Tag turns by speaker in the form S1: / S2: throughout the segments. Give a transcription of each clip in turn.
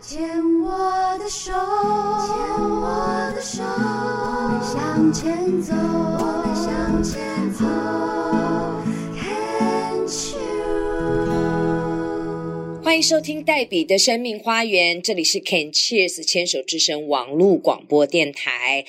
S1: 牵我的手，牵我的手，我们向前走，我们向前走。Can't you？
S2: 欢迎收听黛比的生命花园，这里是 Can Cheers 牵手之声网络广播电台，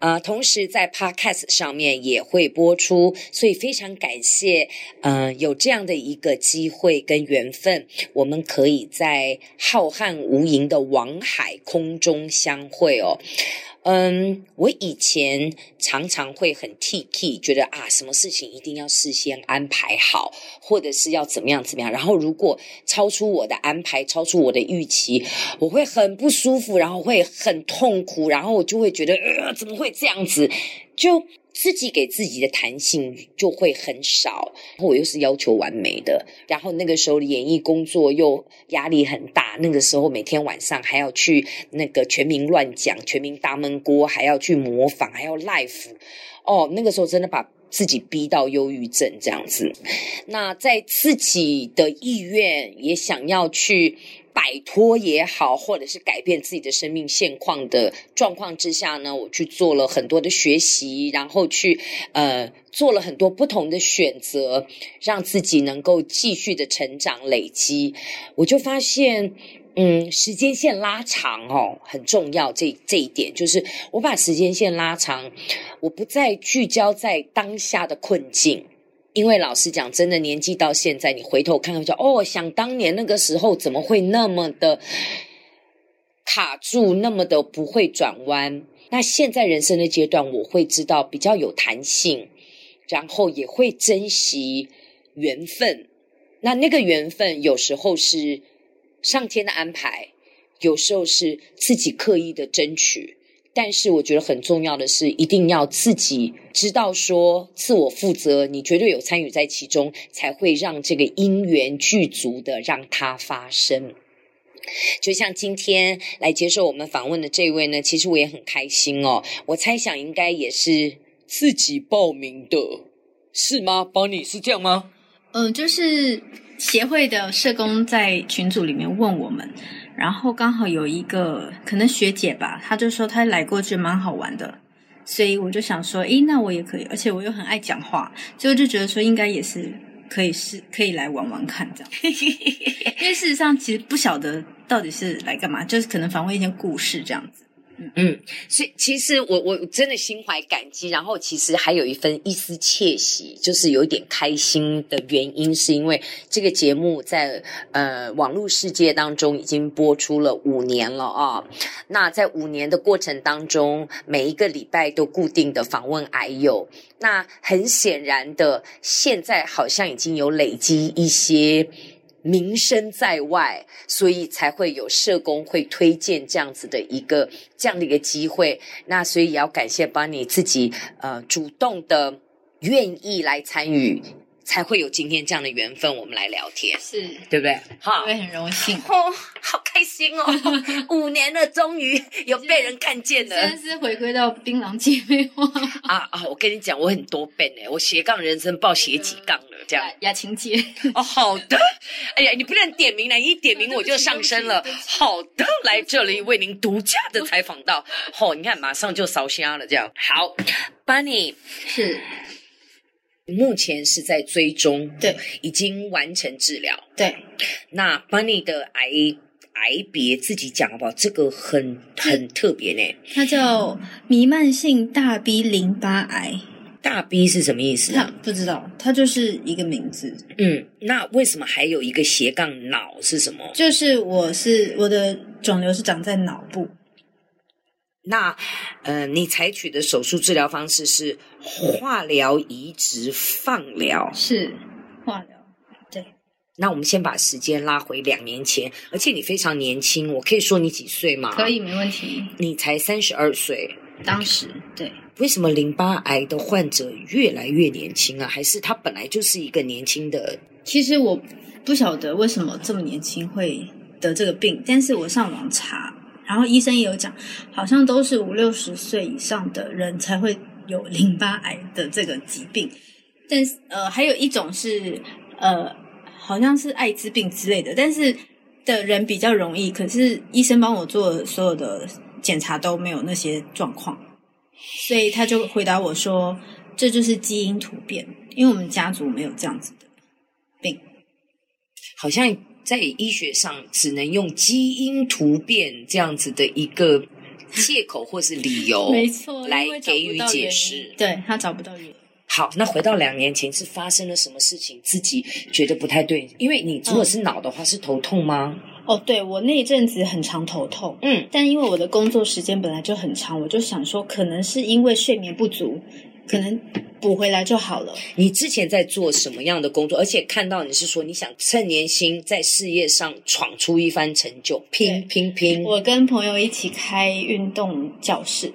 S2: 呃，同时在 Podcast 上面也会播出，所以非常感谢，呃，有这样的一个机会跟缘分，我们可以在浩瀚无垠的网海空中相会哦。嗯，我以前常常会很 T K，觉得啊，什么事情一定要事先安排好，或者是要怎么样怎么样。然后如果超出我的安排，超出我的预期，我会很不舒服，然后会很痛苦，然后我就会觉得，呃，怎么会这样子？就自己给自己的弹性就会很少。然后我又是要求完美的，然后那个时候的演艺工作又压力很大，那个时候每天晚上还要去那个全民乱讲、全民大闷锅，还要去模仿，还要 l i f e 哦，那个时候真的把自己逼到忧郁症这样子。那在自己的意愿也想要去摆脱也好，或者是改变自己的生命现况的状况之下呢，我去做了很多的学习，然后去呃做了很多不同的选择，让自己能够继续的成长累积。我就发现。嗯，时间线拉长哦，很重要。这这一点就是，我把时间线拉长，我不再聚焦在当下的困境，因为老实讲，真的年纪到现在，你回头看看就，哦，想当年那个时候怎么会那么的卡住，那么的不会转弯？那现在人生的阶段，我会知道比较有弹性，然后也会珍惜缘分。那那个缘分有时候是上天的安排，有时候是自己刻意的争取。但是我觉得很重要的是，一定要自己知道说自我负责，你绝对有参与在其中，才会让这个因缘具足的让它发生。就像今天来接受我们访问的这位呢，其实我也很开心哦。我猜想应该也是自己报名的，是吗？邦尼是这样吗？
S3: 嗯，就是协会的社工在群组里面问我们，然后刚好有一个可能学姐吧，她就说她来过，觉得蛮好玩的，所以我就想说，诶，那我也可以，而且我又很爱讲话，所以我就觉得说应该也是可以是可以来玩玩看 这样，因为事实上其实不晓得到底是来干嘛，就是可能访问一些故事这样子。
S2: 所以其实我我真的心怀感激，然后其实还有一份一丝窃喜，就是有一点开心的原因，是因为这个节目在呃网络世界当中已经播出了五年了啊。那在五年的过程当中，每一个礼拜都固定的访问癌友，那很显然的，现在好像已经有累积一些。名声在外，所以才会有社工会推荐这样子的一个这样的一个机会。那所以也要感谢帮你自己呃主动的愿意来参与，才会有今天这样的缘分，我们来聊天，
S3: 是，
S2: 对不对？好
S3: 我，也很荣幸，
S2: 哦，好开心哦！五年了，终于有被人看见了
S3: 虽然是回归到槟榔姐妹花，
S2: 啊啊！我跟你讲，我很多变哎，我斜杠人生报斜几杠了，这样
S3: 雅雅琴姐。
S2: 哦，好的。哎呀，你不能点名了，一点名我就上身了
S3: 对不起对不。起
S2: 好的，来这里为您独家的采访到。哦，你看，马上就烧瞎了，这样好。Bunny
S3: 是
S2: 目前是在追踪，
S3: 对，
S2: 已经完成治疗。
S3: 对，
S2: 那 Bunny 的癌癌别自己讲好不好？这个很很特别呢。
S3: 它叫弥漫性大 B 淋巴癌，
S2: 大 B 是什么意思？
S3: 它不知道，它就是一个名字。
S2: 嗯，那为什么还有一个斜杠脑是什么？
S3: 就是我是我的肿瘤是长在脑部，
S2: 那，呃，你采取的手术治疗方式是化疗、移植、放疗。
S3: 是化疗。
S2: 那我们先把时间拉回两年前，而且你非常年轻，我可以说你几岁吗？
S3: 可，以，没问题。
S2: 你才三十二岁。
S3: 当时对，
S2: 为什么淋巴癌的患者越来越年轻啊？还是他本来就是一个年轻的？
S3: 其实我不晓得为什么这么年轻会得这个病，但是我上网查，然后医生也有讲，好像都是五六十岁以上的人才会有淋巴癌的这个疾病，但是呃，还有一种是呃，好像是艾滋病之类的，但是的人比较容易，可是医生帮我做的所有的检查都没有那些状况，所以他就回答我说：“这就是基因突变，因为我们家族没有这样子的病。
S2: 好像在医学上只能用基因突变这样子的一个借口或是理由。
S3: 错
S2: 哦来
S3: 因为找
S2: 给予
S3: 不到
S2: 解
S3: 原因
S2: 释
S3: 对他找不到原因。
S2: 好，那回到两年前是发生了什么事情？自己觉得不太对，因为你
S3: 嗯
S2: 如果是脑的话，是头痛吗？
S3: 哦，对我那一阵子很常头痛，
S2: 嗯，
S3: 但因为我的工作时间本来就很长，我就想说，可能是因为睡眠不足，可能补回来就好了。
S2: 你之前在做什么样的工作？而且看到你是说你想趁年轻在事业上闯出一番成就，拼拼拼，
S3: 我跟朋友一起开运动教室，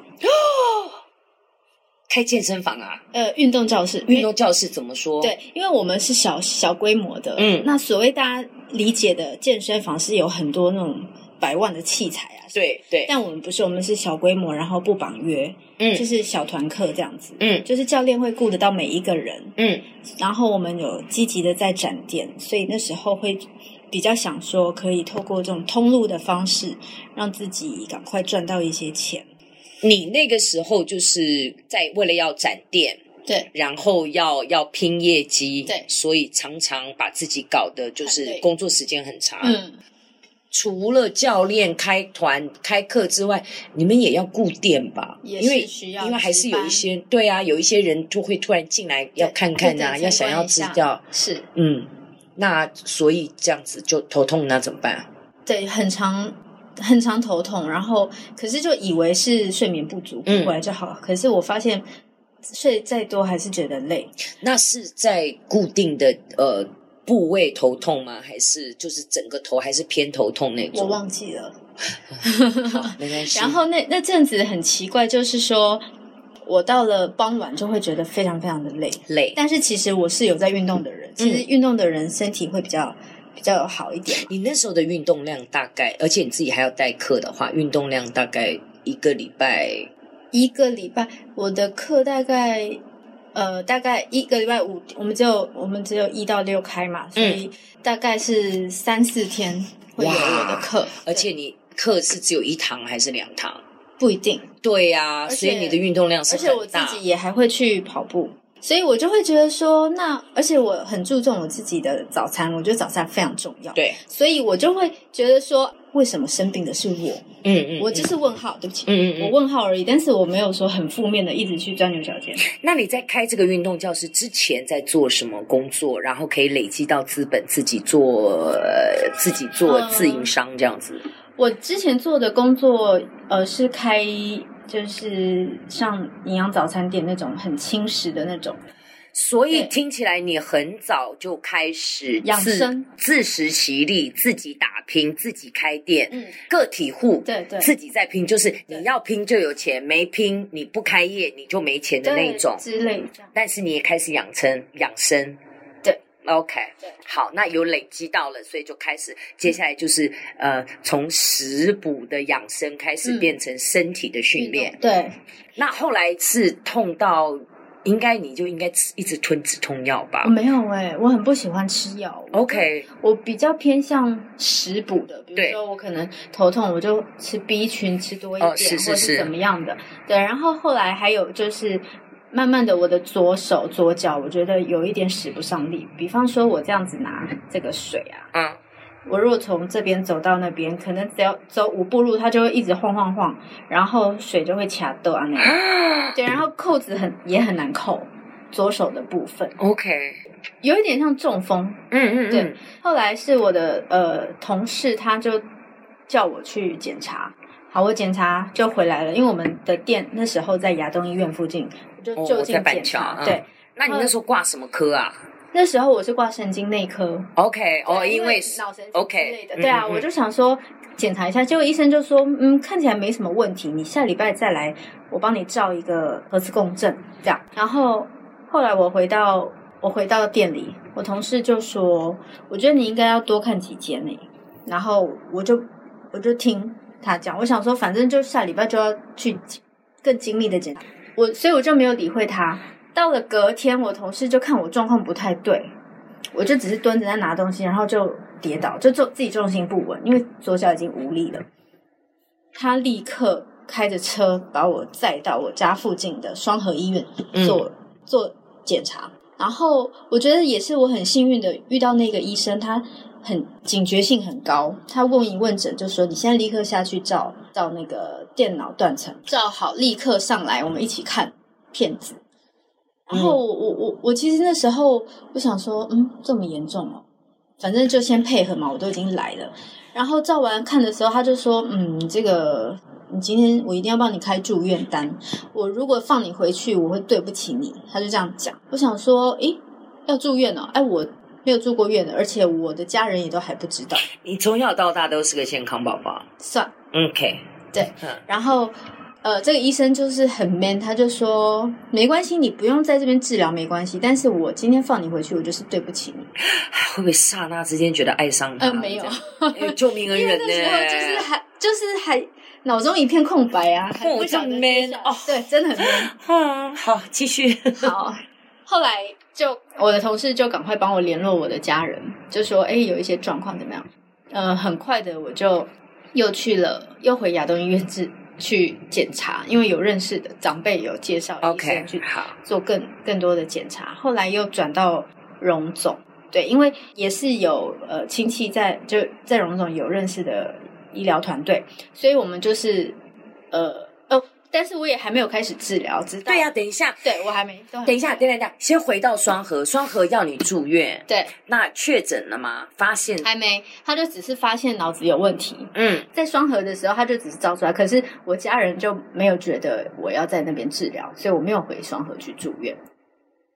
S2: 开健身房啊，
S3: 呃，运动教室，
S2: 运动教室怎么说？，
S3: 对，因为我们是小小规模的，
S2: 嗯
S3: 那所谓大家理解的健身房是有很多那种百万的器材啊，，
S2: 对对，
S3: 但我们不是，我们是小规模，然后不绑约，
S2: 嗯
S3: 就是小团课这样子，
S2: 嗯
S3: 就是教练会顾得到每一个人，
S2: 嗯
S3: 然后我们有积极的在展店，所以那时候会比较想说，可以透过这种通路的方式，让自己赶快赚到一些钱。
S2: 你那个时候就是在为了要展店，
S3: 对，
S2: 然后要要拼业绩，
S3: 对
S2: 所以常常把自己搞得就是
S3: 对
S2: 工作时间很长。，
S3: 嗯，
S2: 除了教练开团开课之外，你们也要顾店吧？
S3: 也
S2: 因为
S3: 是需要
S2: 因为还是
S3: 值班
S2: 有一些对啊，有一些人就会突然进来要看看啊，
S3: 对对
S2: 要想要知
S3: 参观一下
S2: 道，
S3: 是
S2: 嗯，那所以这样子就头痛，那怎么办啊？
S3: 对，很常很常头痛，然后可是就以为是睡眠不足，
S2: 嗯
S3: 补回来就好了。可是我发现睡再多还是觉得累，
S2: 那是在固定的呃部位头痛吗？还是就是整个头还是偏头痛那种？
S3: 我忘记了。
S2: 好，没关系。
S3: 然后那那阵子很奇怪，就是说我到了傍晚就会觉得非常非常的累，
S2: 累，
S3: 但是其实我是有在运动的人，
S2: 嗯
S3: 其实运动的人身体会比较比较好一点。
S2: 你那时候的运动量大概，而且你自己还要代课的话，运动量大概一个礼拜
S3: 一个礼拜我的课大概呃大概一个礼拜五，我们只有我们只有一到六开嘛，所以大概是三四天会
S2: 嗯
S3: 有
S2: 哇
S3: 我的课，
S2: 而且
S3: 对
S2: 你课是只有一堂还是两堂？
S3: 不一定，
S2: 对呀、
S3: 而
S2: 所
S3: 且
S2: 以你的运动量是
S3: 而
S2: 很
S3: 且
S2: 大。
S3: 我自己也还会去跑步。所以我就会觉得说，那而且我很注重我自己的早餐，我觉得早餐非常重要。，
S2: 对，
S3: 所以我就会觉得说，为什么生病的是我？
S2: 嗯嗯，
S3: 我就是问号，对不起，
S2: 嗯嗯
S3: 我
S2: 嗯。
S3: 问号而已，但是我没有说很负面的一直去钻牛角 尖。
S2: 那你在开这个运动教室之前，在做什么工作？然后可以累积到资本，自己做、呃自己做
S3: 嗯
S2: 自营商这样子。
S3: 我之前做的工作，呃，是开就是像营养早餐店那种很轻食的那种，
S2: 所以
S3: 对
S2: 听起来你很早就开始
S3: 养
S2: 自
S3: 生
S2: 自食其力，自己打拼，自己开店，
S3: 嗯，
S2: 个体户，
S3: 对对
S2: 自己在拼，就是你
S3: 对
S2: 要拼就有钱，没拼你不开业你就没钱的那一种。
S3: 之类这样。
S2: 但是你也开始养成养生，
S3: 对
S2: ，OK，
S3: 对
S2: 好，那有累积到了，所以就开始接下来就是呃，从食补的养生开始
S3: 嗯
S2: 变成身体的训练。
S3: 对，
S2: 那后来是痛到，应该你就应该吃一直吞止痛药吧
S3: 我没有哎、我很不喜欢吃药。
S2: ？OK，
S3: 我比较偏向食补的，比
S2: 对
S3: 如说我可能头痛，我就吃 B 群吃多一点，
S2: 哦是是
S3: 或者
S2: 是
S3: 是怎么样的。对，然后后来还有就是，慢慢的我的左手左脚，我觉得有一点使不上力。比方说，我这样子拿这个水啊，
S2: 啊，
S3: 我如果从这边走到那边，可能只要走五步路，它就会一直晃晃晃，然后水就会卡豆啊那 样。对，然后扣子很也很难扣，左手的部分
S2: OK，
S3: 有一点像中风，
S2: 嗯嗯，
S3: 对
S2: 嗯，
S3: 后来是我的呃同事，他就叫我去检查。好，我检查就回来了，因为我们的店那时候在亚东医院附近，我就
S2: 哦
S3: 就
S2: 我在
S3: 近
S2: 板
S3: 检
S2: 桥
S3: 查。
S2: 嗯
S3: 对，
S2: 那你那时候挂什么科啊
S3: 那时候我是挂神经内科。
S2: ？OK，哦，
S3: 嗯对因
S2: 因为是
S3: 脑神经之
S2: OK，
S3: 类的，
S2: 嗯
S3: 对啊，
S2: 嗯
S3: 我就想说检查一下，结果医生就说，嗯，看起来没什么问题，你下礼拜再来，我帮你照一个核磁共振这样。然后后来我回到我回到店里，我同事就说，我觉得你应该要多看几间呢。然后我就我就听他讲，我想说反正就下礼拜就要去更精密的检查，我所以我就没有理会他。到了隔天，我同事就看我状况不太对，我就只是蹲着在拿东西，然后就跌倒，就重自己重心不稳，因为左脚已经无力了。他立刻开着车把我载到我家附近的双河医院
S2: 嗯
S3: 做、做检查。然后我觉得也是我很幸运的遇到那个医生，他很警觉性很高，他问一问诊就说你现在立刻下去照照那个电脑断层，照好立刻上来，我们一起看片子。然后我我我我其实那时候我想说，嗯，这么严重哦，反正就先配合嘛，我都已经来了。然后照完看的时候，他就说：“嗯，你这个你今天我一定要帮你开住院单，我如果放你回去，我会对不起你。”他就这样讲。我想说，诶，要住院哦，哎，我没有住过院的，而且我的家人也都还不知道，
S2: 你从小到大都是个健康宝宝。
S3: 算。
S2: OK，嗯
S3: 然后，呃，这个医生就是很 man，他就说：“没关系，你不用在这边治疗，没关系。但是我今天放你回去，我就是对不起你。
S2: 会不会刹那之间觉得爱上他？
S3: 呃没有
S2: 这样，哎救命恩
S3: 因为
S2: 人
S3: 那
S2: 呢、
S3: 时候就是还就是还脑中一片空白啊，还
S2: 哦
S3: 不晓得
S2: 这么
S3: 接
S2: man
S3: 下来
S2: 哦
S3: 对，真的很 man。
S2: 嗯，好，继 续。
S3: 好，后来就我的同事就赶快帮我联络我的家人，就说：“哎，有一些状况怎么样？”呃，很快的我就又去了，又回亚东医院治去检查，因为有认识的长辈有介绍医生
S2: OK，
S3: 去
S2: 好，
S3: 做更更多的检查。后来又转到荣总，对，因为也是有呃亲戚在就在荣总有认识的医疗团队，所以我们就是呃哦，但是我也还没有开始治疗，直到
S2: 对啊呀、等一下，
S3: 对啊我还没，都还没
S2: 等一下，等一下，等一下，先回到双河，双河要你住院，
S3: 对，
S2: 那确诊了吗？发现，
S3: 还没，他就只是发现脑子有问题，
S2: 嗯，
S3: 在双核的时候他就只是照出来，可是我家人就没有觉得我要在那边治疗，所以我没有回双核去住院，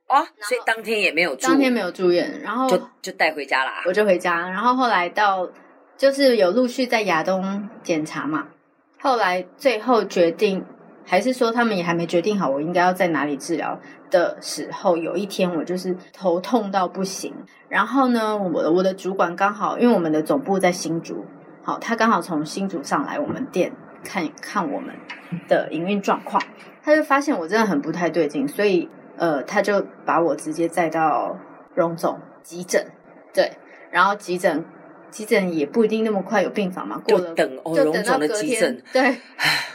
S2: 哦，所以当天也没有住，
S3: 当天没有住院，然后
S2: 就就带回家啦。
S3: 我就回家，然后后来到就是有陆续在亚东检查嘛，后来最后决定还是说他们也还没决定好我应该要在哪里治疗的时候，有一天我就是头痛到不行，然后呢，我的我的主管刚好因为我们的总部在新竹，好，他刚好从新竹上来我们店看看我们的营运状况，他就发现我真的很不太对劲，所以呃，他就把我直接载到荣总急诊，对，然后急诊急诊也不一定那么快有病房嘛，过
S2: 就
S3: 了
S2: 等哦，
S3: 就
S2: 荣
S3: 等到
S2: 总的
S3: 隔
S2: 急
S3: 天
S2: 诊，，
S3: 对，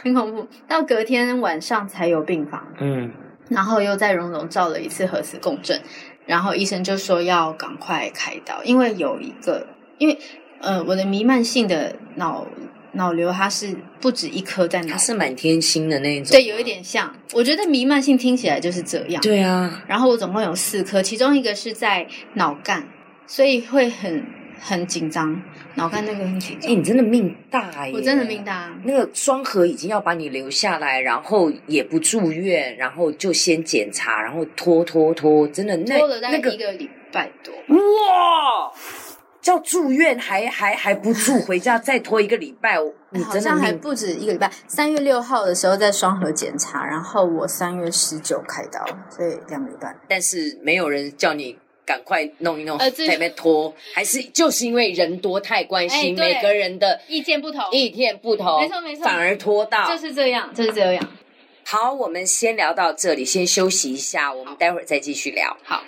S3: 很恐怖。到隔天晚上才有病房，
S2: 嗯，
S3: 然后又在荣总照了一次核磁共振，然后医生就说要赶快开刀，因为有一个，因为呃，我的弥漫性的脑脑瘤它是不止一颗在脑
S2: 他，是满天星的那种，
S3: 对，有一，点像。我觉得弥漫性听起来就是这样，
S2: 对啊，
S3: 然后我总共有四颗，其中一个是在脑干，所以会很很紧张，脑干那个很紧
S2: 哎、
S3: 张。
S2: 你真的命大耶，
S3: 我真的命。大啊，
S2: 那个双核已经要把你留下来，然后也不住院，然后就先检查，然后拖拖拖，真的那
S3: 拖了大概
S2: 那个
S3: 一个礼拜多。
S2: 哇，叫住院还还还不住，回家再拖一个礼拜，我你
S3: 好
S2: 真的
S3: 像还
S2: 命
S3: 不止一个礼拜。三月六号的时候在双河检查，然后我三月十九开刀，所以两个礼拜。
S2: 但是没有人叫你赶快弄一弄，
S3: 呃这
S2: 在那边拖，还是就是因为人多太关心，
S3: 哎对
S2: 每个人的
S3: 意见不同，
S2: 意见不同，
S3: 没错没错
S2: 反而拖到。
S3: 就是这样，就是这样。
S2: 好，我们先聊到这里，先休息一下，我们待会儿再继续聊。
S3: 好。